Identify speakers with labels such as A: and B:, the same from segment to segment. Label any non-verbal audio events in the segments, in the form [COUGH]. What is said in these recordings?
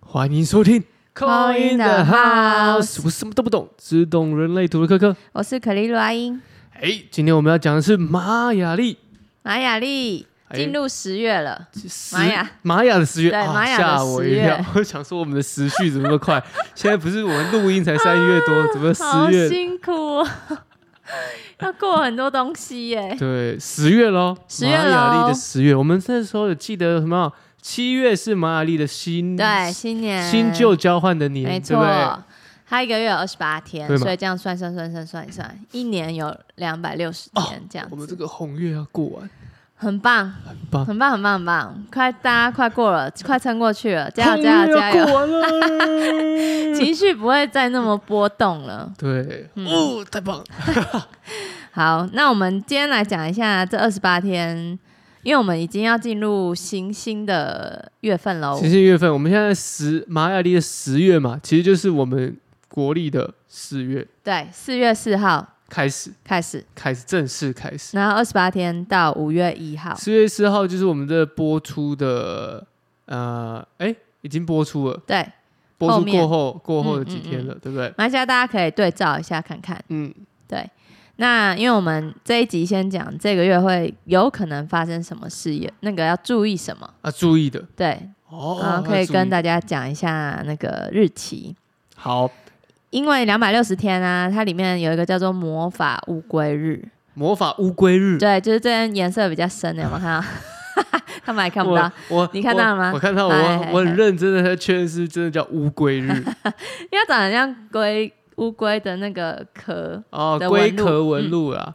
A: 欢迎收听《
B: Call in the House
A: 我什么都不懂，只懂人类图的科科。
B: 我是可丽露阿英，
A: 哎，今天我们要讲的是玛雅历，
B: 玛雅历
A: 哎
B: 进入十月了，
A: 十
B: 玛雅
A: 玛雅的十月，
B: 对
A: 啊
B: 玛雅的
A: 吓我一
B: 十
A: 跳
B: 月，
A: [LAUGHS] 我想说我们的时序怎么那么
B: [LAUGHS]
A: 快？现在不是我们录音才三月多，怎么
B: 啊好
A: 呃十月？
B: 辛苦、 [LAUGHS] 哦，要过很多东西耶。
A: 对，十月喽，
B: 十月
A: 玛雅历
B: 咯
A: 的十月，我们那时候有记得什么？七月是玛雅历的新
B: 对，新
A: 嗯
B: 年
A: 新旧交换的
B: 没
A: 年，对
B: 错
A: 不对？，
B: 它一个月有二十八天
A: 对，嘛
B: 所以这样算算算算算一算，一年有两百六十天，这样
A: 哦我们
B: 子
A: 这个红月要过完，
B: 很棒，
A: 很棒。
B: 很棒，很棒，很棒！快，大家快过了，快撑过去了，加
A: 红
B: 油，
A: 月
B: 加油，加
A: 要
B: 油！
A: 过完
B: [LAUGHS]
A: 了。
B: 情绪不会再那么波动了。
A: 对，
B: 嗯
A: 哦，太棒了！
B: 好，那我们今天来讲一下这二十八天，因为我们已经要进入行星的月份喽
A: 其。实月份，我们现在十玛雅历的十月嘛，其实就是我们国历的四月
B: 对，四月四号
A: 开始，
B: 开始，
A: 开始正式开始。
B: 然后二十八天到五月一号。
A: 四月四号就是我们的播出的，呃，哎，已经播出了，
B: 对，
A: 播
B: 后
A: 出
B: 面
A: 过后过后的
B: 嗯
A: 几
B: 嗯
A: 天了，对不对？
B: 马来西亚大家可以对照一下看看。
A: 嗯，
B: 对，那因为我们这一集先讲这个月会有可能发生什么事，也那个要注意什么。
A: 啊，注意的
B: 对，
A: 哦
B: 然后可以跟
A: 大
B: 大家讲一下那个日期。
A: 好
B: 因为两百六十天啊，它里面有一个叫做魔法乌龟日，
A: 魔法乌龟 [LAUGHS] 日，
B: 对，就是这边颜色比较深的，有没有看
A: [LAUGHS]
B: 到？ [LAUGHS] 他们还看不到，
A: 我，我
B: [LAUGHS] 你看到了吗
A: 我我看到我
B: 哎哎，
A: 我很
B: 哎
A: 认真的在确认是不是真的叫乌龟
B: [LAUGHS]
A: 日
B: 因为它长得像龟乌龟的那个壳。
A: 哦，
B: 的
A: 龟
B: 纹路
A: 壳纹
B: 嗯
A: 路啊啦，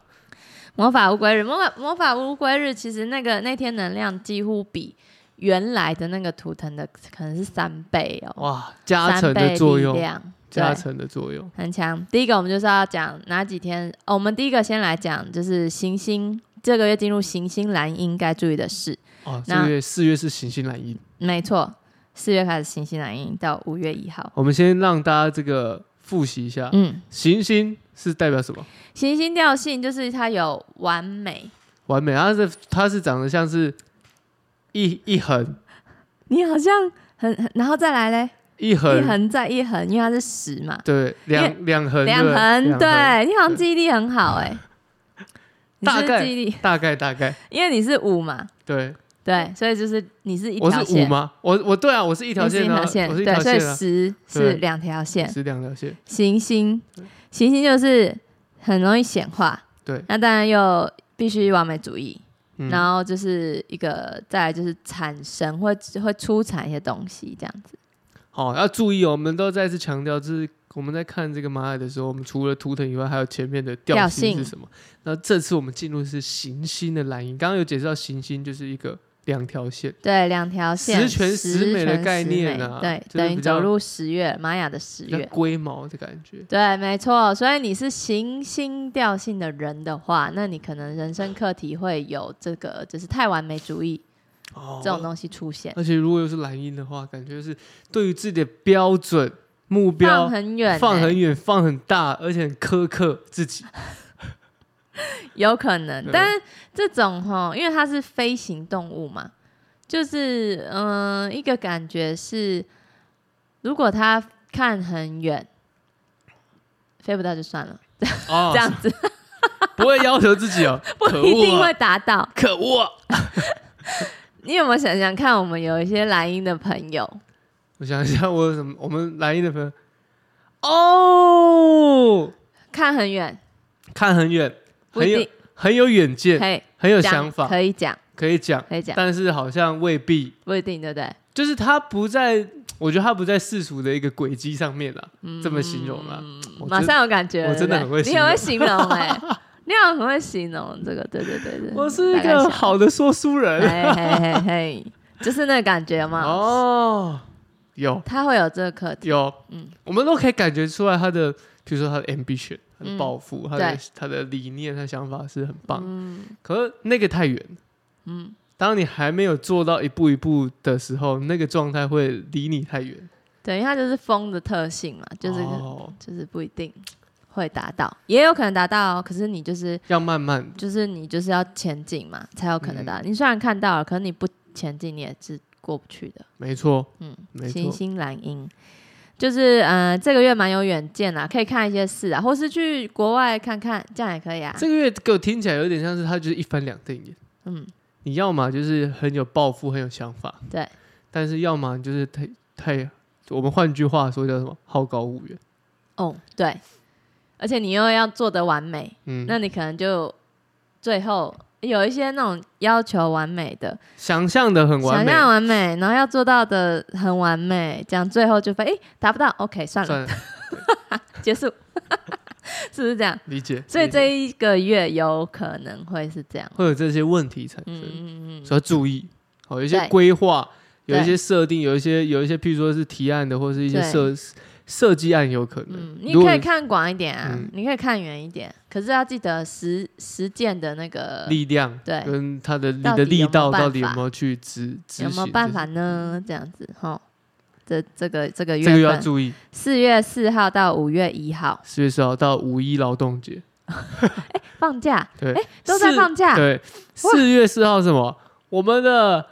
B: 魔法乌龟日，魔法魔法乌龟日，其实那个那天能量几乎比原来的那个图腾的可能是三倍哦，
A: 哇，加成
B: 三
A: 的
B: 倍
A: 作
B: 力
A: 用，
B: 量，
A: 加
B: 对，
A: 成的作用。
B: 很强。第一个我们就是要讲哪几天、哦我们第一个先来讲就是行星，这个月进入行星蓝鹰该注意的事。
A: 哦，这
B: 那
A: 个月四月是行星蓝鹰，
B: 没错，四月开始行星来应到五月一号。
A: 我们先让大家这个复习一下，
B: 嗯，
A: 行星是代表什么？
B: 行星调性就是它有完美。
A: 完美，它是它是长得像是一一横
B: 你好像很，很然后再来嘞，
A: 一
B: 一
A: 横，
B: 横再一横，因为它是十嘛，
A: 对，两两横，
B: 两
A: 对不
B: 横。，
A: 两
B: 对你好像记忆力很好哎、你
A: 大
B: 是
A: 概
B: 记忆力，
A: 大概大概，
B: 因为你是五嘛，
A: 对，
B: 对，所以就是你是一
A: 我
B: 条
A: 是五
B: 线，
A: 吗？我我对啊，我是一条
B: 你是一
A: 线啊，
B: 条
A: 我是一
B: 对，
A: 条
B: 所以
A: 线啊，
B: 十
A: 对
B: 是两条线。
A: 是两条线，
B: 行星，行星就是很容易显化，
A: 对，
B: 那当然又必须完美主义，
A: 嗯，
B: 然后就是一个，再来就是产生会会出产一些东西这样子。
A: 好，要注意哦，我们都再次强调，就是我们在看这个玛雅的时候，我们除了图腾以外，还有前面的调
B: 调
A: 性是
B: 性
A: 什么？那这次我们进入的是行星的蓝银，刚刚有解释到行星就是一个两条线，
B: 对，两条线，
A: 十全十美的概念啊
B: 十全十美
A: 就是
B: 对，等
A: 比
B: 于
A: 较
B: 走入十月，玛雅的十
A: 比较
B: 月。
A: 龟毛的感觉。
B: 对，没错。所以你是行星调性的人的话，那你可能人生课题会有这个，就是太完美主义
A: 哦
B: 这种东西出现，
A: 而且如果又是蓝鹰的话，感觉是对于自己的标准目标
B: 放很远欸、
A: 放很远、放很大，而且很苛刻自己。
B: 有可能
A: 对，
B: 但是这种哈，因为它是飞行动物嘛，就是嗯、呃一个感觉是，如果它看很远，飞不到就算了，
A: 哦
B: [LAUGHS] 这，样子
A: 不会要求自己哦，
B: [LAUGHS] 不
A: 可
B: 一定
A: 恶啊
B: 会达到。
A: 可恶啊！
B: 你有没有想想看，我们有一些蓝鹰的朋友，
A: 我想一下，我有什么？我们蓝鹰的朋友哦，
B: 看很远
A: 看很远，
B: 不
A: 很
B: 一
A: 有
B: 定
A: 很有远见，
B: 可以
A: 很有
B: 讲
A: 想法，
B: 可以讲，
A: 可以讲，
B: 可以讲，
A: 但是好像未必，
B: 不一定，对不对？
A: 就是他不在，我觉得他不在世俗的一个轨迹上面啦，这么形容啦。我
B: 嗯马
A: 真
B: 上有感觉了，
A: 我真的
B: 对不
A: 很
B: 对
A: 会
B: 你很会形容哎、
A: [LAUGHS]
B: 你好像很会形容这个，对对对对，
A: 我是一
B: 大概
A: 个
B: 想
A: 好的说书人
B: 嘿嘿嘿嘿，就是那个感觉嘛。
A: 哦，有
B: 他会有这个课题，
A: 有，
B: 嗯
A: 我们都可以感觉出来他的，比如说他的 ambition，他的
B: 嗯
A: 抱负，他的
B: 对
A: 他的理念，他的想法是很棒。
B: 嗯
A: 可是那个太远，
B: 嗯，
A: 当你还没有做到一步一步的时候，那个状态会离你太远，
B: 等于他就是风的特性嘛，就是、
A: 哦、
B: 就是不一定会达到，也有可能达到哦，可是你就是
A: 要慢慢
B: 啊
A: 嗯
B: 就是你就是要前进嘛，才有可能达到。你虽然看到了，可是你不前进，你也是过不去的。
A: 没错，
B: 嗯，
A: 没
B: 行
A: 错，
B: 星蓝鹰，就是呃，这个月蛮有远见啊，可以看一些事啊，或是去国外看看，这样也可以啊。
A: 这个月给我听起来有点像是他就是一翻两瞪眼，
B: 嗯，
A: 你要么就是很有抱负、很有想法，
B: 对，
A: 但是要么就是太太，我们换句话说叫什么好高骛远，
B: 哦，对，而且你又要做得完美，
A: 嗯，
B: 那你可能就最后有一些那种要求完美的，
A: 想象的很完
B: 想
A: 美，
B: 要完美，然后要做到的很完美，这样最后就发现哎达不到，OK 算了，
A: 算了，
B: 结束， [LAUGHS] 是不是这样？
A: 理解。
B: [LAUGHS] 所以
A: 理解
B: 这一个月有可能会是这样。
A: 会有这些问题产
B: 嗯
A: 生，
B: 嗯嗯嗯，
A: 所以要注意，好，有一些
B: 对
A: 规划，有一
B: 对
A: 些设定，有一些有一些，譬如说是提案的，或是一些
B: 对
A: 设设计案，有可能
B: 嗯，，你
A: 如果
B: 可以看广一点啊，
A: 嗯
B: 你可以看远一点，可是要记得实实践的那个
A: 力量
B: 对
A: 跟他的你
B: 到
A: 的
B: 底有
A: 力
B: 没有
A: 道
B: 办
A: 到底有
B: 法
A: 没有去执执
B: 有
A: 行，
B: 没有办法呢？这样子哈，这这个这个
A: 嗯这是？这个
B: 月
A: 要
B: 份，
A: 注意，
B: 四月四号到五月一号
A: 四月十号到五一劳动节，
B: 放假，
A: 对，
B: 都在
A: 四
B: 放假，
A: 对，四月四号是什么？我们的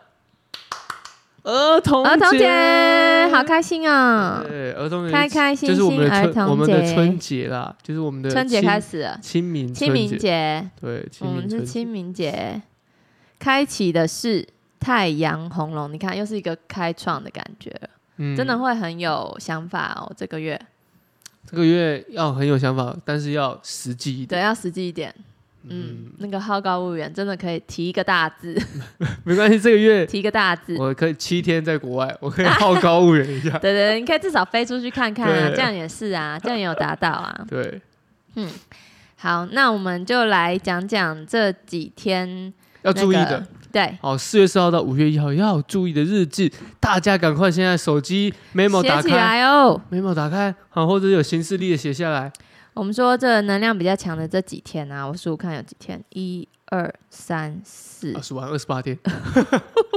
A: 儿童
B: 儿童节好开心啊、
A: 对，儿童节
B: 开开心
A: 就是我们
B: 心
A: 的
B: 儿
A: 春我们的春
B: 童节，
A: 节啦，就是我们的
B: 春节
A: 清
B: 开始了，
A: 清明
B: 清明
A: 春，
B: 节，
A: 对，清
B: 我
A: 明
B: 们
A: 春
B: 是
A: 节
B: 哦清明节，开启的是太阳红龙，你看又是一个开创的感觉了，
A: 嗯
B: 真的会很有想法哦。这个月
A: 这个月要很有想法，但是要实际一点。
B: 对要实际一点，嗯，那个好高骛远真的可以提一个大字，
A: 没关系，这个月
B: 提一个大字，。
A: [LAUGHS] 我可以七天在国外，我可以好高骛远一下
B: 对对，对你可以至少飞出去看看啊，
A: 对
B: 这样也是啊，这样也有达到啊。
A: 对，
B: 好，那我们就来讲讲这几天
A: 要注意
B: 那个
A: 的。
B: 对，
A: 好，四月四号到五月一号要注意的日志，大家赶快现在手机 memo 打
B: 写起
A: 开
B: 来哦。
A: ，memo 打开，好，或者有行事历的写下来。
B: 我们说这能量比较强的这几天啊，我数数看有几天，一二三四
A: 二，十完二十八天，
B: [LAUGHS]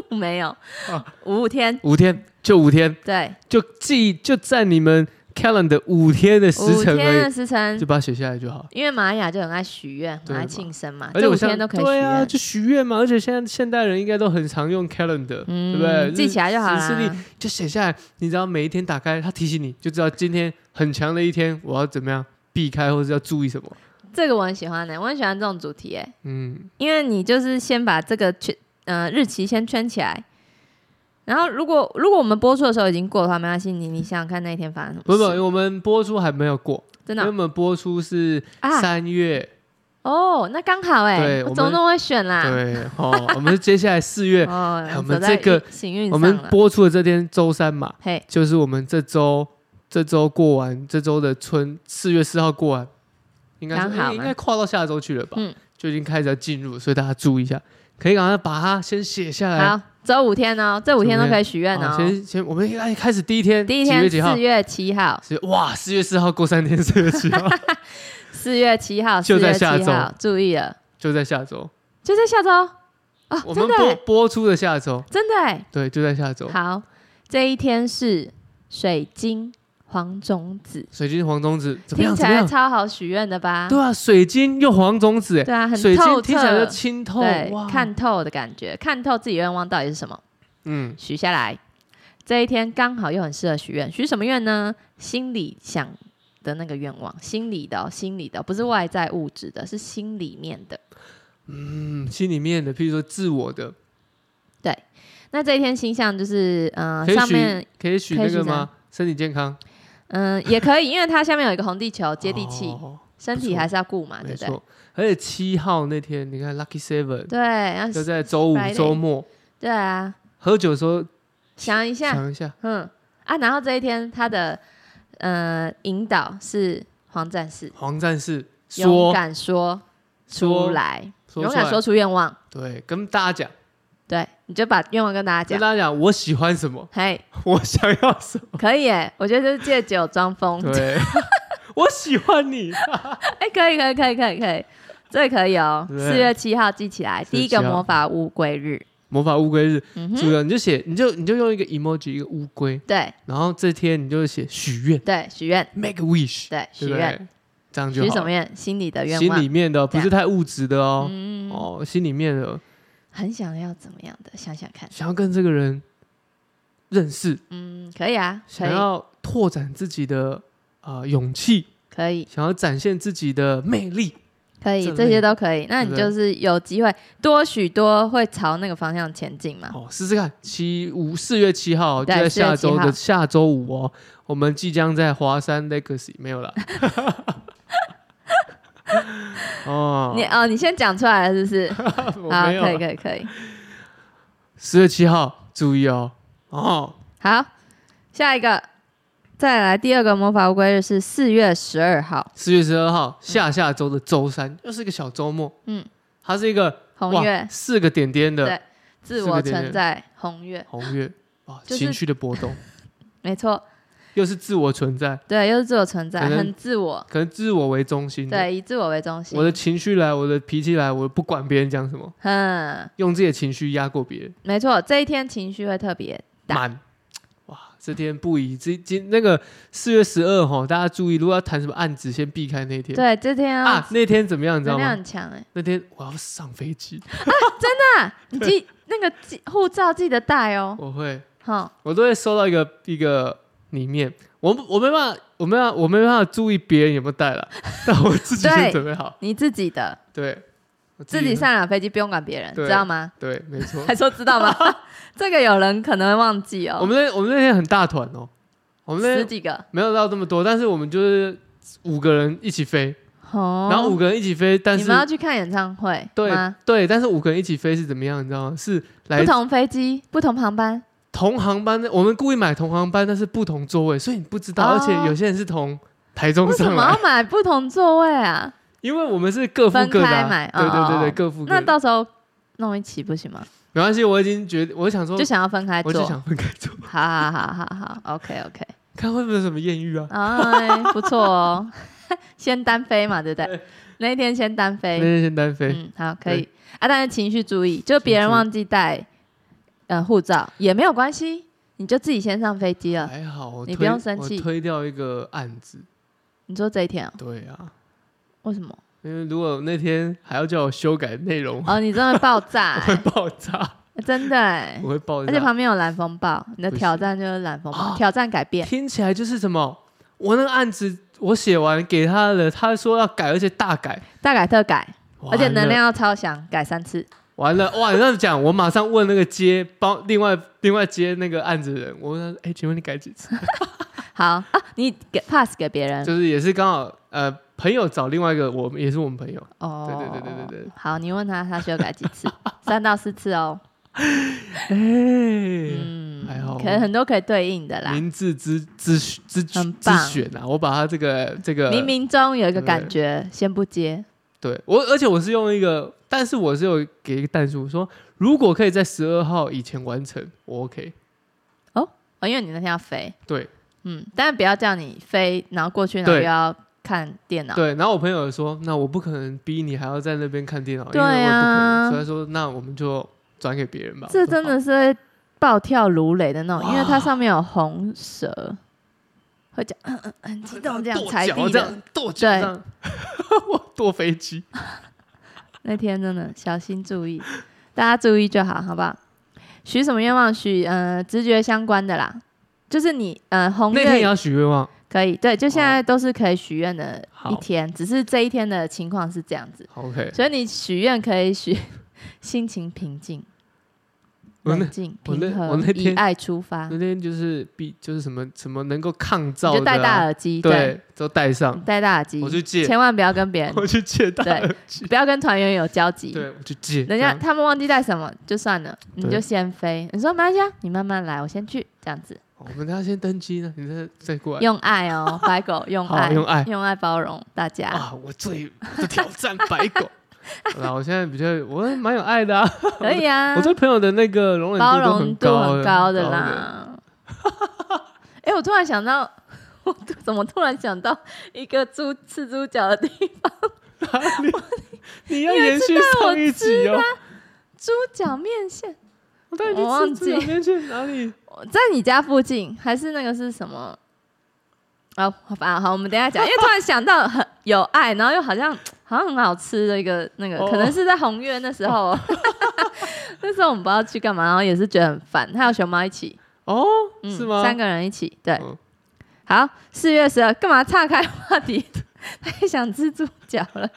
B: 没有
A: 哦啊，
B: 五天，
A: 五天就五天，
B: 对，
A: 就记就占你们 calendar 五天的时
B: 五
A: 辰
B: 天
A: 而
B: 的时辰
A: 已，就，把它写下来就好。
B: 因为玛雅就很爱许愿，很
A: 对
B: 爱
A: 嘛
B: 庆生嘛，
A: 而且
B: 这
A: 我
B: 五
A: 像
B: 天都可以许
A: 对啊，
B: 愿，
A: 就许愿嘛。而且现在现代人应该都很常用 calendar，、对不对？
B: 嗯记起来就好
A: 行事历
B: 了。
A: 就写下来，你只要每一天打开，它提醒你就知道今天很强的一天，我要怎么样避开，或者要注意什么。
B: 这个我很喜欢的、我很喜欢这种主题、欸，
A: 嗯，
B: 因为你就是先把这个圈呃日期先圈起来，然后如果如果我们播出的时候已经过的话，没关系，你你想想看那一天发生什么
A: 不
B: 事，
A: 不，我们播出还没有过，
B: 真
A: 因为我
B: 的
A: 们播出是
B: 啊
A: 三月，
B: 哦，那刚好哎、
A: 对
B: 我
A: 我
B: 怎么
A: 们
B: 那么会选啦？
A: 对哦，我们接下来四月，
B: 啊 [LAUGHS] 哦
A: 哎，我
B: 走
A: 们
B: 在
A: 这个
B: 运行运
A: 我
B: 上
A: 们
B: 了，
A: 播出的这天周三嘛，
B: 嘿，
A: 就是我们这周这周过完这周的春，四月四号过完，应该是
B: 刚好嘛
A: 应该跨到下周去了吧？
B: 嗯
A: 就已经开始要进入，所以大家注意一下，可以赶快把它先写下来。
B: 好，周五天哦，这五天都可以许愿
A: 好
B: 哦。
A: 先先我们来开始第一天，
B: 第一
A: 几
B: 天
A: 月几号
B: 四？月七
A: 是
B: 号，
A: 哇，四月四号过三天，四月七
B: [LAUGHS]
A: 号
B: 四月七号，四
A: 就
B: 月
A: 在下
B: 七号
A: 周，
B: 注意了，
A: 就在下周，
B: 就在下周哦，
A: 我
B: 啊
A: 们
B: 真的
A: 播
B: 欸
A: 播出的下周，
B: 真的哎，
A: 对，就在下周。
B: 好，这一天是水晶黄种子，
A: 水晶黄种子怎么
B: 听
A: 样？
B: 起
A: 怎么
B: 来
A: 样？
B: 超好许愿的吧？
A: 对啊，水晶又黄种子，哎，
B: 对啊，很
A: 水
B: 透
A: 晶听起来
B: 彻
A: 就，清透，
B: 对
A: 哇，，
B: 看透的感觉，看透自己愿望到底是什么，
A: 嗯，
B: 许下来。这一天刚好又很适合许愿，许什么愿呢？心里想的那个愿望，心里的、哦，心里的哦、不是外在物质的，是心里面的。
A: 嗯，心里面的，譬如说自我的，
B: 那这一天星象就是，嗯、
A: 可以
B: 上
A: 许
B: 面，
A: 可以许
B: 可以
A: 那
B: 许
A: 个
B: 这样
A: 吗？身体健康，
B: 嗯、也可以，因为它下面有一个红
A: [LAUGHS]
B: 地球，接地气，
A: 哦
B: 身体
A: 错
B: 还是要顾嘛，对
A: 没
B: 不对？
A: 错。而且七号那天，你看 Lucky Seven
B: 对，然后
A: 就在周五
B: Friday
A: 周末
B: 对啊，
A: 喝酒的时候
B: 想一下，
A: 想一下，
B: 嗯啊，然后这一天他的呃引导是黄战士，
A: 黄战士
B: 勇
A: 说
B: 敢说
A: 说
B: 出来，
A: 说
B: 勇
A: 出
B: 敢
A: 来
B: 说出愿望，
A: 对，跟大家讲，
B: 对，你就把愿望跟大家
A: 跟
B: 讲。
A: 大家讲我喜欢什么，
B: 嘿，
A: [LAUGHS] 我想要什么，
B: 可以哎，我觉得就是借酒装疯，
A: 对，我喜欢你，
B: [LAUGHS] 哎，可以可以可以可以可以，这个可以哦。
A: 对
B: 四月七号记起来，第一
A: 4
B: 个
A: 月7号
B: 魔法乌龟日，
A: 魔法乌龟日，
B: 嗯
A: 主
B: 哼，
A: 要你就写，你就你就用一个 emoji 一个乌龟，
B: 对
A: 然后这天你就写许愿
B: 对，许愿，
A: ，make a wish，
B: 对许
A: 对不
B: 愿，
A: 对？这样就
B: 许
A: 好
B: 什
A: 了
B: 么。愿？心里的愿
A: 心
B: 望
A: 里，面的，
B: 这
A: 不
B: 样
A: 是太物质的哦。
B: 嗯，
A: 哦，心里面的，
B: 很想要怎么样的？想想看，
A: 想要跟这个人认识，
B: 嗯，可以啊，可
A: 想
B: 以，
A: 要拓展自己的呃勇气，
B: 可以，
A: 想要展现自己的魅力，
B: 可以
A: 这，
B: 这
A: 类
B: 些
A: 的
B: 都可以。那
A: 对
B: 你
A: 不对
B: 就是有机会多许多会朝那个方向前进嘛？
A: 哦，试试看。七五四月七号就
B: 啊对
A: 在下周
B: 4月7
A: 的
B: 号
A: 下周五哦，我们即将在华山 Legacy 没
B: [LAUGHS]
A: 有了。 [LAUGHS] 哦，
B: 你哦，你先讲出来了是不是？
A: [LAUGHS] 我
B: 好，
A: 没有啊
B: 可以，
A: 了。
B: 可以，可以。
A: 四月七号，注意哦。哦，
B: 好，下一个，再来第二个魔法乌龟日是四月十二号，
A: 四月十二号，下下周的周三，又是一个小周末。
B: 嗯，
A: 它是一个
B: 红
A: 哇
B: 月
A: 四个点点的
B: 对自
A: 四个
B: 我
A: 点
B: 存
A: 点
B: 在，红月，
A: 红月啊，
B: 就是
A: 情绪的波动，
B: 没错，
A: 又是自我存在，
B: 对，又是自我存在，
A: 可能
B: 很自我，
A: 可能自我为中心的。
B: 对，以自我为中心
A: 嗯我。的情绪来，我的脾气来，我不管别人讲什么，
B: 嗯，
A: 用自己的情绪压过别人。
B: 没错，这一天情绪会特别大
A: 满，哇，这天不宜。今今那个四月十二吼，大家注意，如果要谈什么案子，先避开那天。
B: 对，这天要
A: 啊，那天怎么样？你知
B: 能
A: 道
B: 量
A: 吗？
B: 很强哎、
A: 那天我要上飞机，
B: 啊，你记那个记护照记得带哦，
A: 我会，
B: 好，
A: 我都会收到一个一个里面，我不我没办法，我没办法，我没办法注意别人有没有带了， [LAUGHS] 但我自己先
B: 对
A: 准备好。
B: 你自己的，
A: 对，我
B: 自己上了飞机不用管别人，
A: 对
B: 知道吗？
A: 对，没
B: [LAUGHS]
A: 错。
B: 还说知
A: [LAUGHS]
B: 道吗？这个有人可能会忘记哦。
A: 我们那我们那天很大团哦，我们那
B: 十
A: 天
B: 几个
A: 没有到这么多，但是我们就是五个人一起飞，
B: 哦，
A: 然后五个人一起飞，但
B: 你
A: 是
B: 们要去看演唱会
A: 对
B: 吗？
A: 对，但是五个人一起飞是怎么样？你知道吗？是
B: 不
A: 来
B: 同飞机，不同航班，
A: 同航班的，我们故意买同航班，但是不同座位，所以你不知道。
B: 哦
A: 而且有些人是从台中
B: 为什
A: 上
B: 么
A: 来，
B: 要买不同座
A: [LAUGHS]
B: 位啊？
A: 因为我们是各付
B: 分
A: 各的
B: 开
A: 啊、
B: 买
A: 对对对对，
B: 哦
A: 各付各
B: 那
A: 的。
B: 到时候弄一起不行吗？
A: 没关系，我已经决，我想说
B: 就，想要分开
A: 我
B: 坐
A: 就，想分开坐，
B: 好好好好好，OK OK，
A: 看会不会有什么艳遇啊？
B: 哎，不错哦， [LAUGHS] 先单飞嘛，对不对？那一天先单
A: 那
B: 飞，
A: 天先单飞，
B: 嗯，好，可以啊。但是情绪注意，就别人忘记带呃护照也没有关系，你就自己先上飞机了。
A: 还好我
B: 你不
A: 推
B: 用生气
A: 我推掉一个案子。
B: 你说这一天、哦，
A: 对啊，
B: 为什么？
A: 因为如果那天还要叫我修改内
B: [LAUGHS]
A: 容，
B: 哦，你真的爆炸、
A: [LAUGHS] 会
B: 欸，
A: 爆炸，
B: 真的哎、
A: 我会爆
B: 而
A: 炸。
B: 且旁边有蓝风暴，你的
A: 不
B: 挑
A: 行
B: 战就是蓝风暴，
A: 哦
B: 挑战改变。
A: 听起来就是什么？我那个案子我写完给他了，他说要改，而且大改，
B: 大改特改，而且
A: 完了
B: 能量要超强，改三次。
A: 完了哇！你这样讲，我马上问那个接帮另外另外接那个案子的人，我问他，哎、请问你改几次？
B: 好啊，你给 pass 给别人
A: 就是也是刚好呃，朋友找另外一个，我们也是我们朋友，
B: 哦。
A: 对对对对对对。
B: 好，你问他他修改几次，
A: [LAUGHS]
B: 三到四次哦。
A: 哎、
B: 嗯
A: 还好
B: 可能很多可以对应的啦。
A: 明智之之之
B: 很
A: 之
B: 棒
A: 选啊！我把他这个这个
B: 冥冥中有一个
A: 对
B: 感觉，先不接。
A: 对我，而且我是用一个，但是我是有给一个弹数，说如果可以在十二号以前完成，我 OK。
B: 哦，因为你那天要飞，
A: 对
B: 嗯，但是不要叫你飞，然后过去然后
A: 对
B: 又要看电脑。
A: 对，然后我朋友说，那我不可能逼你还要在那边看电脑，因为
B: 对
A: 我也不可能，
B: 啊
A: 所以他说那我们就转给别人吧。
B: 这
A: 我说
B: 真的是会暴跳如雷的那种，因为它
A: 啊哇
B: 上面有红蛇，会讲嗯嗯很激动这样
A: 跺
B: 踩
A: 脚
B: 地
A: 这
B: 的。
A: 样跺脚这样， [LAUGHS] 我跺飞机。
B: 那天真的小心注意，大家注意就好，好不好？许什么愿望？许呃直觉相关的啦，就是你呃红
A: 那天也
B: 月
A: 要许愿望，
B: 可以对，就现
A: 哦
B: 在都是可以许愿的
A: 好
B: 一天，只是这一天的情况是这样子，
A: 好 OK。
B: 所以你许愿可以许 [LAUGHS] 心情平静、
A: 我那
B: 冷静、
A: 我那
B: 平
A: 我
B: 和
A: 那，
B: 以
A: 天
B: 爱出发，
A: 那天就是逼，就是什么什么能够抗
B: 啊你
A: 造
B: 就
A: 的
B: 戴大
A: 啊，
B: 耳机，对，
A: 对，都戴上。
B: 戴大耳机，
A: 我去借，
B: 千万不要跟别
A: [LAUGHS]
B: 人，
A: 我去借大
B: 对
A: 耳机，
B: 不要跟团员有交集。
A: 对，我去借。
B: 人
A: 这
B: 家
A: 样
B: 他们忘记带什么就算了，你
A: 对
B: 就先飞。你说没关系啊，你慢慢来，我先去，这样子
A: 哦我们等下先登机呢，你再再过来。
B: 用爱哦，
A: [LAUGHS]
B: 白狗用
A: 好
B: 爱，
A: 用爱
B: 包容大家，
A: 啊，我最我的挑战白狗。
B: [LAUGHS]
A: 啊，我现在比较我蛮有爱的啊，
B: 可以啊
A: 我，对朋友的那个容忍
B: 包
A: 度都
B: 容度
A: 高
B: 很高的
A: 很
B: 啦。 [LAUGHS] 哎，我突然想到， [LAUGHS] 我怎么突然想到一个猪吃猪脚的地方？ [LAUGHS]
A: 你要延续上一集哦，
B: 猪脚面线
A: 我带你
B: 我忘
A: 去吃
B: 记
A: 猪脚面去哪里？
B: 在你家附近，还是那个是什么？哦，反正好，我们等一下讲，因为突然想到很有爱，然后又好像好像很好吃的一个那个，
A: 哦
B: 可能是在红 [LAUGHS] 月那时候，那时候我们不知道去干嘛，然后也是觉得很烦，还有熊猫一起，
A: 哦，
B: 嗯，
A: 是吗
B: 三个人一起，对。
A: 嗯
B: 好，四月十二，干嘛岔开话题？ [LAUGHS] 太想吃猪脚了。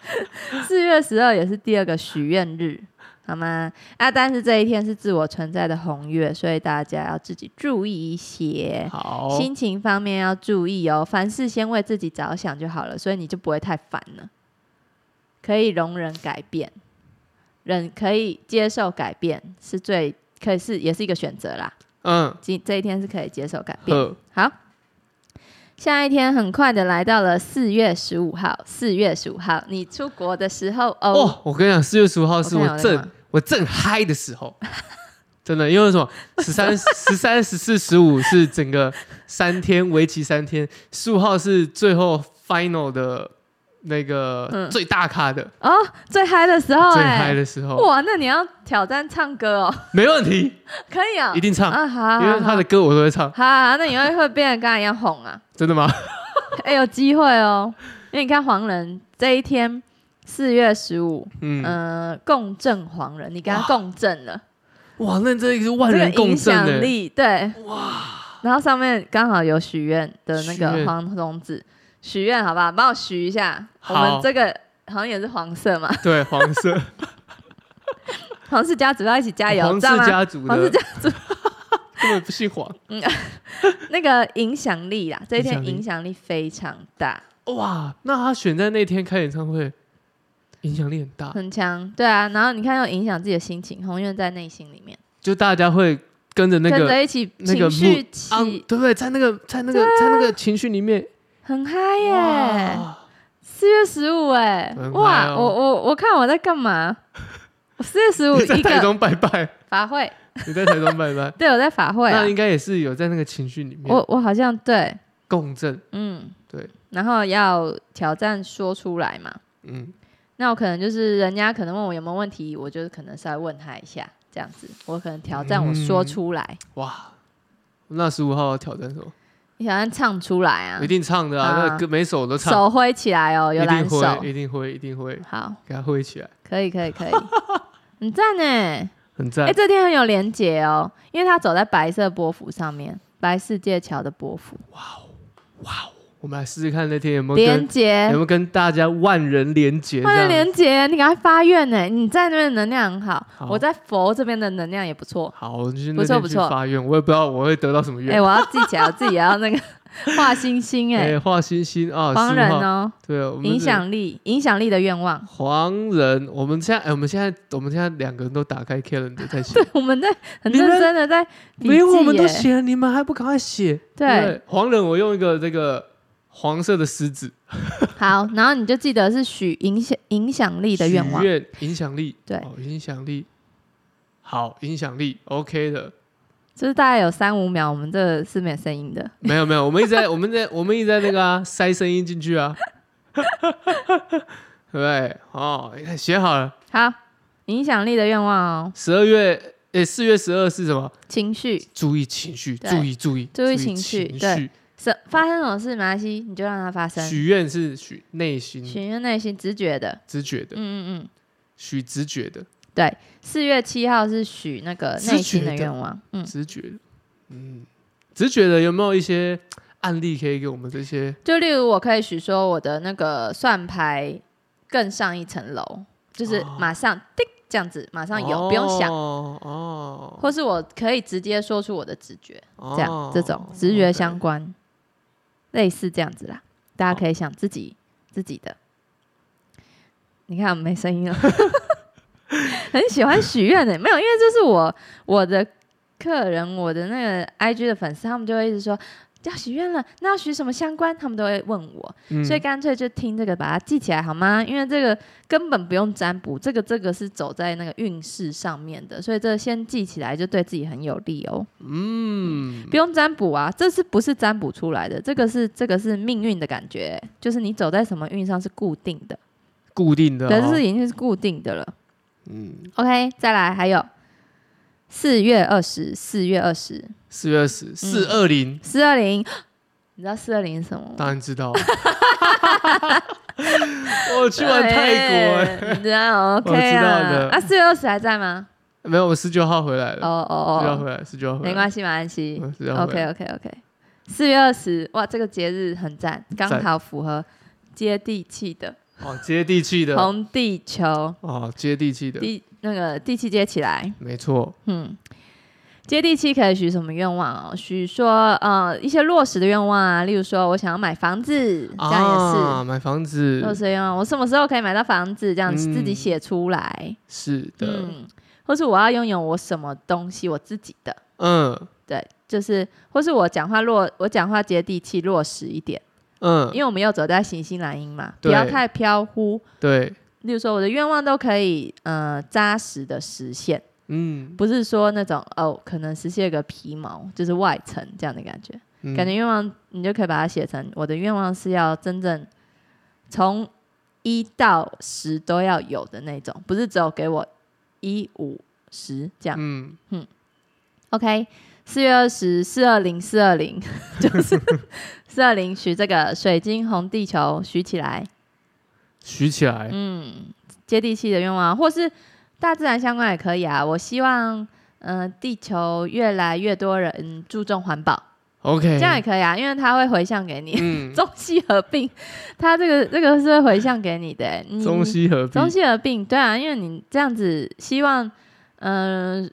B: 四月十二也是第二个许愿日，好吗？啊，但是这一天是自我存在的红月，所以大家要自己注意一些。
A: 好，
B: 心情方面要注意哦，凡事先为自己着想就好了，所以你就不会太烦了，可以容忍改变，忍可以接受改变是最可以是也是一个选择啦。
A: 嗯，
B: 今这一天是可以接受改变。
A: 呵，
B: 好，下一天很快的来到了四月十五号，四月十五号你出国的时候哦，
A: 哦，我跟你讲，四月十五号是
B: 我
A: 我
B: 看有那个
A: 正我正嗨的时候， [LAUGHS] 真的，因为什么？十三、 [LAUGHS] 十三、十四、十五是整个三天，为期三天，十五号是最后 final 的那个
B: 嗯
A: 最大咖的、
B: 哦最嗨的时候
A: 最
B: 哎、
A: 嗨的时候，
B: 哇，那你要挑战唱歌
A: [LAUGHS]
B: 哦，
A: 没问题，
B: 可以啊、
A: 一定唱，
B: 啊，好好
A: 因为他
B: 好
A: 的歌我都会唱，
B: 好好，那你会会变得跟他一样红
A: [LAUGHS]
B: 啊？
A: 真的吗？
B: 哎、有机会哦，因为你看黄人这一天，四月十五，
A: 嗯，
B: 呃，共振黄人，你跟他
A: 哇
B: 共振了，
A: 哇，那这个是万
B: 这个
A: 哦人共
B: 影
A: 振欸
B: 响
A: 的、
B: 力，对，哇。然后上面刚好有许愿的那
A: 许
B: 个
A: 愿
B: 黄种子，许愿好不好？帮我许一下，我
A: 好
B: 们这个好像也是黄色
A: [LAUGHS]
B: 嘛，
A: 对，黄色，
B: 黄氏家族要一起 [LAUGHS] 加油，
A: 黄
B: 知
A: 氏
B: 道吗？
A: 家族
B: 黄氏
A: 的，
B: 家
A: 根本不姓黄，
B: 那个影响力啦，这一天
A: 影响力
B: 影响力非常大，
A: 哇，那他选在那天开演唱会，影响力很大，
B: 很强，对啊。然后你看，又影响自己的心情，宏愿在内心里面。
A: 就大家会跟着那
B: 跟
A: 个
B: 着一起
A: 那个
B: 情绪
A: 木
B: 起、
A: 啊，对不对？在那个在那个在那个情绪里面，
B: 很嗨耶！
A: 哇，
B: 四月十五哎
A: 很，嗨
B: 哇！
A: 哦
B: 我我我看我在干嘛？我四月十五
A: 你在
B: 一
A: 台
B: 个
A: 中拜拜，
B: 法会，
A: 你在台中拜拜，
B: [LAUGHS] 对，我在法会啊
A: 那应该也是有在那个情绪里面
B: 我我好像对，
A: 共振，
B: 嗯，
A: 对，
B: 然后要挑战说出来嘛。
A: 嗯，
B: 那我可能就是人家可能问我有没有问题，我就可能稍微问他一下，这样子，我可能挑战我说出来，
A: 哇，那十五号要挑战什么？
B: 你挑战唱出来啊
A: 嗯一，定唱的啊，
B: 啊
A: 那个歌每首我都唱，
B: 手挥起来哦，
A: 一
B: 有
A: 定
B: 蓝手
A: 会，，一定会，一定会，
B: 好，
A: 给他挥起来，
B: 可以可以可以，很
A: [LAUGHS]
B: 赞呢。
A: 很
B: 哎、
A: 赞，
B: 这天很有连结哦，因为他走在白色波幅上面，白世界桥的波幅，
A: 我们来试试看那天有没有跟
B: 连结
A: 有没，有跟大家万人连结？
B: 万人连结，你赶快发愿呢！你在那边的能量很好，
A: 好
B: 我在佛这边的能量也不错。
A: 好，我就是
B: 不
A: 那
B: 错
A: 天
B: 不
A: 去
B: 错
A: 发愿，我也不知道我会得到什么
B: 哎、
A: 愿。
B: 我要记起来，我自己也要那个画星星哎、
A: 哎，画星星啊，
B: 黄
A: 15
B: 人
A: 号，
B: 哦，
A: 对，我们
B: 影
A: 是
B: 响力，影响力的愿望。
A: 黄人。我们现在，哎，我们现在，我们现在两个人都打开 calendar 在写
B: [LAUGHS] 对，，我们在很
A: 你们
B: 认真的在笔
A: 没有，我们都
B: 记耶
A: 写了，你们还不赶快写？
B: 对
A: 不，黄人，我用一个这个黄色的狮子
B: 好，然后你就记得是许影响影响力的愿望
A: 许。愿影响力，
B: 对
A: 哦，影响力，好，影响力，OK 的。
B: 就是大概有三五秒，我们这是没有声音的。
A: 没有没有，我们一直在 [LAUGHS] 我们在我们一直在那个啊塞声音进去啊， [LAUGHS] 对不对？哦，你看写好了，
B: 好，影响力的愿望哦，
A: 十二月诶四月十二是什么？
B: 情绪
A: 注意情绪，
B: 对
A: 注意注意
B: 注意情绪
A: 情
B: 对是发生什么事没关系，你就让它发生，
A: 许愿是许内心
B: 许愿内心直觉的。
A: 直觉
B: 嗯
A: 的，
B: 嗯嗯。
A: 许直觉的
B: 四月七号是许那个内心
A: 直
B: 的
A: 觉的
B: 愿望，嗯，
A: 直觉的，嗯，直觉的有没有一些案例可以给我们这些？
B: 就例如我可以许说我的那个算牌更上一层楼，就是
A: 哦
B: 马上叮这样子，马上有、不用想，
A: 哦哦，
B: 或是我可以直接说出我的直觉，这样、
A: 哦
B: 这种直觉
A: OK
B: 相关类似这样子啦，大家可以想自己自己的。你看我没声音了，很喜欢许愿的，没有，因为这是我我的客人，我的那个 IG 的粉丝，他们就会一直说要许愿了，那要许什么相关，他们都会问我，
A: 嗯
B: 所以干脆就听这个把它记起来好吗？因为这个根本不用占卜，这个这个是走在那个运势上面的，所以这个先记起来就对自己很有利哦。
A: 嗯
B: 不用占卜啊，这是不是占卜出来的？这个是这个是命运的感觉，就是你走在什么运上是固定的，
A: 固定的、哦，
B: 对，这是已经是固定的了。
A: 嗯。
B: OK，再来还有四月二十，四月二十，
A: 四月二
B: 嗯
A: 十四二零，
B: 四二零， [GASPS] 你知道四二零是什么吗？
A: 当然知道。 [LAUGHS] 我去玩泰国、欸，
B: 对，你知道 OK
A: 我知道
B: 啊
A: 的？呃
B: 啊，四月二十还在吗？
A: 没有，我十九号回来了，
B: 哦
A: 十九号
B: 哦
A: 回来，十九号
B: 哦，
A: 回
B: 没
A: 来，
B: 关系，没关系。
A: 嗯十九号回
B: OK
A: 来。
B: OK OK，四月二十，哇，这个节日很赞，刚
A: 赞
B: 好符合接地气的
A: 哦，接地气的，
B: 红地球，
A: 哦，接地气的，
B: 地那个地气接起来。
A: 没错，
B: 嗯，接地气可以许什么愿望哦？许说呃一些落实的愿望啊，例如说我想要买房子，这样也是、
A: 啊，买房子
B: 落实的愿望。我什么时候可以买到房子？这样自己
A: 嗯
B: 写出来。
A: 是的，
B: 嗯，或是我要拥有我什么东西，我自己的。
A: 嗯
B: 对，就是或是我讲话落，我讲话接地气落实一点，
A: 嗯，
B: 因为我们要走在行星蓝音嘛，不
A: 对
B: 要太飘忽。
A: 对，
B: 例如说，我的愿望都可以呃扎实的实现。
A: 嗯，
B: 不是说那种哦，可能实现个皮毛，就是外层这样的感觉。
A: 嗯
B: 感觉愿望你就可以把它写成，我的愿望是要真正从一到十都要有的那种，不是只有给我一五十这样。
A: 嗯，
B: OK，四月二十四二零四二零 [LAUGHS]
A: [LAUGHS]
B: 就是四二零许这个水晶红地球许起来，
A: 许起来，
B: 嗯，接地气的愿望，啊或是大自然相关也可以啊。我希望，嗯、地球越来越多人注重环保，
A: OK，
B: 这样也可以啊，因为它会回向给你。
A: 嗯，
B: [LAUGHS] 中西合并，它这个这个是会回向给你的欸、你
A: 中西合璧，
B: 中西合并，对啊，因为你这样子希望，嗯、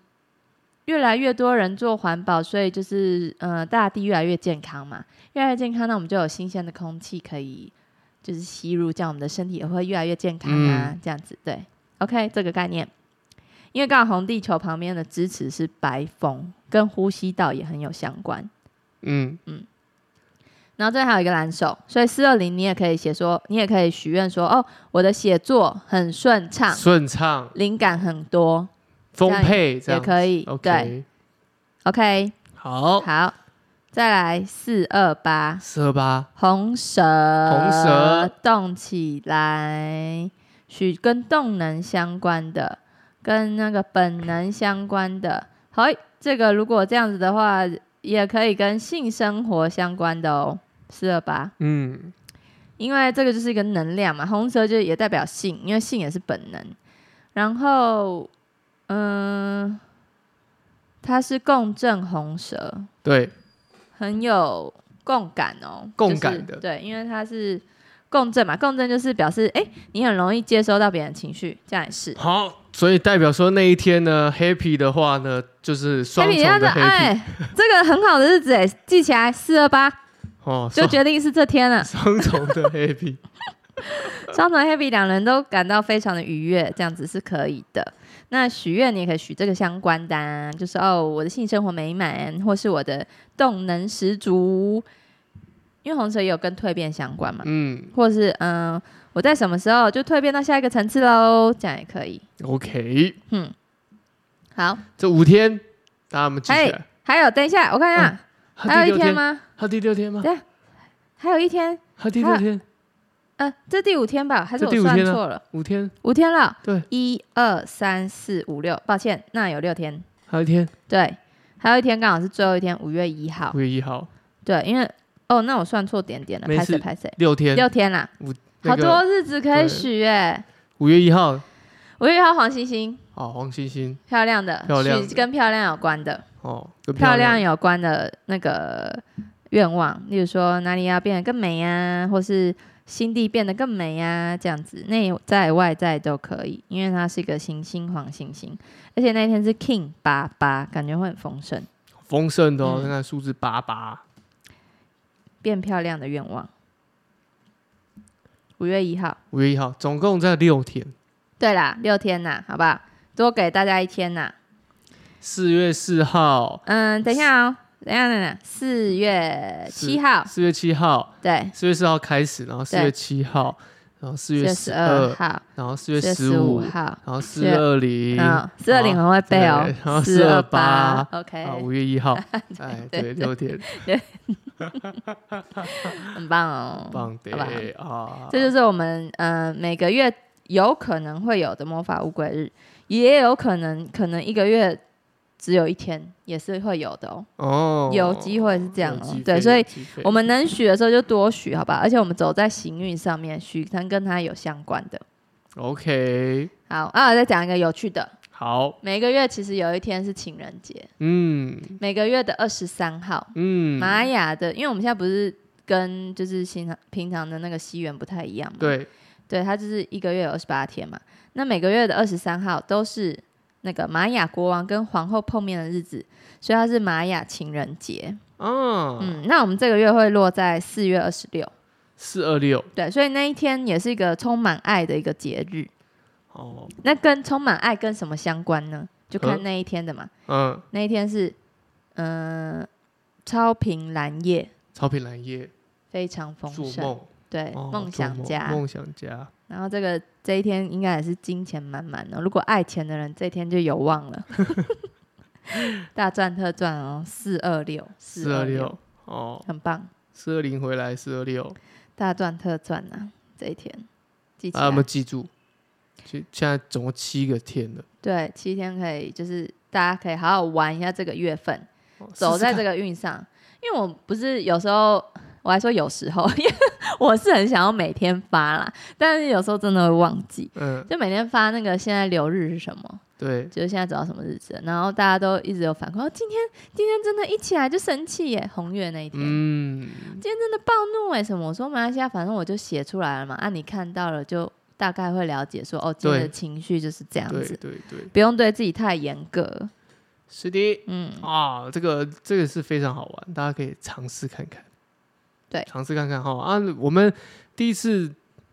B: 越来越多人做环保，所以就是呃，大地越来越健康嘛，越来越健康，那我们就有新鲜的空气可以就是吸入，这样我们的身体也会越来越健康啊，这样子对，OK 这个概念。因为刚好红地球旁边的支持是白风，跟呼吸道也很有相关。
A: 嗯，
B: 然后这边还有一个蓝手，所以四二零你也可以写说，你也可以许愿说，哦，我的写作很顺畅，
A: 顺畅
B: 灵感很多，
A: 丰沛，这
B: 也
A: 样
B: 可以。对
A: OK，
B: ，OK，
A: 好，
B: 好，再来四二八
A: 四二八，
B: 红蛇，
A: 红蛇
B: 动起来，许跟动能相关的，跟那个本能相关的。好，这个如果这样子的话，也可以跟性生活相关的哦，四二八。
A: 嗯，
B: 因为这个就是一个能量嘛，红蛇就也代表性，因为性也是本能。然后，嗯、它是共振红蛇，
A: 对，
B: 很有共感哦，
A: 共感
B: 就
A: 的
B: 是对，因为它是共振嘛，共振就是表示，哎，你很容易接收到别人的情绪，这样也是。
A: 好，所以代表说那一天呢，happy 的话呢，就是双重
B: 你要
A: 的
B: 的
A: happy，
B: 哎，这个很好的日子哎，记起来四二八
A: 哦，
B: 就
A: 双。
B: 决定是这天了
A: 双 [LAUGHS] 重的 happy，
B: 双重 happy 两人都感到非常的愉悦，这样子是可以的。那许愿你也可以许这个相关的、啊，就是哦，我的性生活美满，或是我的动能十足，因为红蛇也有跟蜕变相关嘛，
A: 嗯
B: 或是嗯、我在什么时候就蜕变到下一个层次喽，这样也可以。
A: ，OK，
B: 嗯，好，
A: 这五天大家我们记起来，
B: 还有等一下，我看一下，
A: 他
B: 哎
A: 嗯
B: 还
A: 第
B: 有一
A: 六
B: 天？吗？
A: 他第六天吗？
B: 还有一天，
A: 他第六
B: 他
A: 天，
B: 呃，这第五天吧，还是
A: 这
B: 我
A: 第五
B: 算
A: 天啊
B: 错了？
A: 五天，
B: 五天了，
A: 对，
B: 一二三四五六，抱歉，那有六天。
A: 还有一天，
B: 对，还有一天刚好是最后一天，五月一号
A: 五。月一号，
B: 对，因为哦，那我算错点点了，
A: 没
B: 拍
A: 事
B: 谁拍谁，
A: 六天，
B: 六天啦，
A: 那
B: 好
A: 个
B: 多日子可以
A: 对
B: 许耶。
A: 五月一号，
B: 五月一号黄星星，
A: 哦，黄星星，
B: 漂亮的，
A: 漂亮
B: 许
A: 的
B: 跟漂亮有关的，
A: 哦，更
B: 漂
A: 漂
B: 亮有关的那个愿望，例如说哪里要变得更美啊，或是心地变得更美啊，这样子，内在外在都可以，因为它是一个行星黄星星，而且那一天是 King 八八，感觉会很丰盛，
A: 丰盛的哦，
B: 嗯
A: 看看数字八八，
B: 变漂亮的愿望。五月一号，
A: 五月一号，总共在六天，
B: 对啦，六天呐，好不好？多给大家一天呐。
A: 四月四号，
B: 嗯，等一下哦，等一下，等一下，四月七号，
A: 四月七号，
B: 对，
A: 四月四号开始，然后四
B: 对
A: 月七号，然后四
B: 四
A: 月
B: 十
A: 十
B: 二
A: 二，
B: 号，
A: 然后四
B: 四
A: 月
B: 十
A: 十
B: 五
A: 五，
B: 号，
A: 然后四二零，
B: 嗯，四二零很会背哦
A: 对然后，
B: 二
A: 428啊，
B: ，OK，
A: 五月一号，哎，
B: [LAUGHS] 对
A: 对，六天，
B: 很棒哦，
A: 棒
B: 好吧
A: 的啊，
B: 这就是我们呃每个月有可能会有的魔法乌龟日，也有可能可能一个月只有一天，也是会有的哦。
A: 哦，
B: 有机会是这样
A: 有
B: 哦
A: 机，
B: 对，
A: 会
B: 所以
A: 有机会
B: 我们能许的时候就多许，好吧？而且我们走在行运上面，许能跟它有相关的。
A: OK，
B: 好啊，再讲一个有趣的，
A: 好，
B: 每个月其实有一天是情人节，
A: 嗯
B: 每个月的二十三号，
A: 嗯，
B: 玛雅的，因为我们现在不是跟就是平常平常的那个西元不太一样嘛，，
A: 对，
B: 对，它就是一个月有二十八天嘛，那每个月的二十三号都是那个玛雅国王跟皇后碰面的日子，所以它是玛雅情人节。
A: 嗯，
B: 嗯，那我们这个月会落在四月二十六，
A: 四二六
B: 对，所以那一天也是一个充满爱的一个节日。
A: 哦，
B: 那跟充满爱跟什么相关呢？就看
A: 嗯
B: 那一天的嘛。
A: 嗯，
B: 那一天是，嗯、超频蓝夜，
A: 草坪蓝叶，
B: 非常丰
A: 做
B: 盛，
A: 梦，
B: 对，
A: 哦
B: 梦、
A: 做
B: 想家。
A: 梦想家，
B: 然后这个这一天应该也是金钱满满哦的，如果爱钱的人，这一天就有望
A: [LAUGHS]
B: 了，大赚特赚哦，四二六，
A: 四二，六，哦，
B: 很棒，
A: 四二零回来，四二六，
B: 大赚特赚呐、这一天，记起
A: 啊大家有
B: 来
A: 没有记住？现现在总共七个天了，
B: 对，七天可以，就是大家可以好好玩一下这个月份，
A: 哦
B: 走在这，个运上。因为我不是有时候，我还说有时候，因为 [LAUGHS] 我是很想要每天发啦，但是有时候真的会忘记，
A: 试试看嗯，
B: 就每天发那个现在流日是什么，
A: 对，
B: 就是现在走到什么日子了，然后大家都一直有反馈，哦，今天今天真的一起来就生气耶，红月那一天。
A: 嗯，
B: 今天真的暴怒哎，什么？我说没关系啊，反正我就写出来了嘛。啊，你看到了就大概会了解说，哦，今天的
A: 对
B: 情绪就是这样
A: 对
B: 子，
A: 对对，
B: 不用对自己太严格。
A: 是的，
B: 嗯，
A: 啊，这个这个是非常好玩，大家可以尝试看看。
B: 对
A: 尝试看看哈啊！我们第一次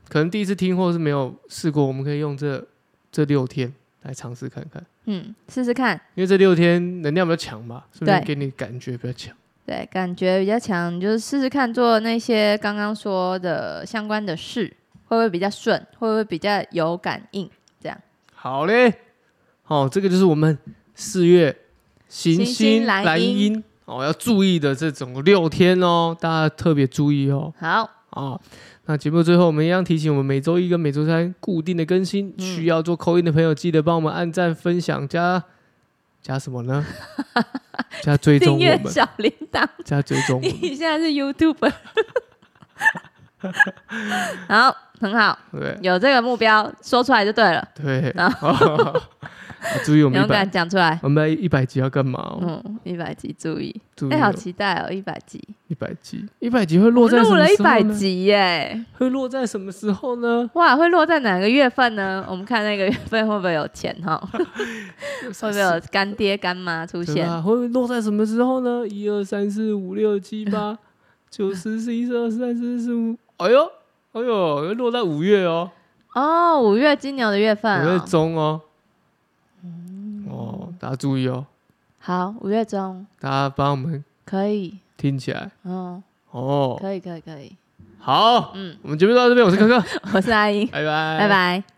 A: 可能第一次听或是没有试过，我们可以用这这六天来尝试看看，
B: 嗯，试试看，
A: 因为这六天能量比较强吧，是不是
B: 对
A: 给你感觉比较强？
B: 对，感觉比较强，你就是试试看做那些刚刚说的相关的事，会不会比较顺，会不会比较有感应？
A: 好嘞，好、这个就是我们四月行
B: 行
A: 星
B: 星蓝
A: 蓝
B: 鹰
A: 鹰哦要注意的这种六天哦，大家特别注意哦。
B: 好，
A: 啊。那节目最后，我们一样提醒我们每周一跟每周三固定的更新，
B: 嗯
A: 需要做扣印的朋友，记得帮我们按赞、分享加加什么
B: [LAUGHS]
A: 呢？加追踪
B: 订
A: 我
B: 阅
A: 们，
B: 小铃铛，
A: 加追踪我们，
B: 你现在是 YouTube，好，很好， [LAUGHS]
A: 对
B: 有这个目标说出来就对了，
A: 对。
B: 然
A: 哦注意我们
B: 勇
A: 一百
B: 敢，讲出来。
A: 我们一百集要干嘛哦？
B: 嗯，一百集注意，
A: 注意
B: 哎、好
A: 哦，
B: 期待哦，一百集，
A: 一百集，一百集会落在什
B: 录
A: 么
B: 了一
A: 时
B: 百
A: 候呢？
B: 集耶，
A: 会落在什么时候
B: [LAUGHS]
A: 呢？
B: 哇，会落在哪个月份呢？我们看那个月份会不会有钱哈、会不会有干爹干妈出
A: 对啊
B: 现？
A: 吧？会落在什么时候呢？一二三四五六七八九十十一十二十三十四十五，哎呦哎呦，落在五月哦，
B: 哦，五月金牛的月份、
A: 五月
B: 哦，
A: 中哦。哦，大家注意哦，
B: 好，五月中
A: 大家帮我们
B: 可以，
A: 听起来
B: 哦，
A: 哦。
B: 可以，可以，可以。
A: 好，
B: 嗯
A: 我们节目到这边，我是柯柯，
B: 我是阿英，
A: [LAUGHS] 拜拜，
B: 拜。拜。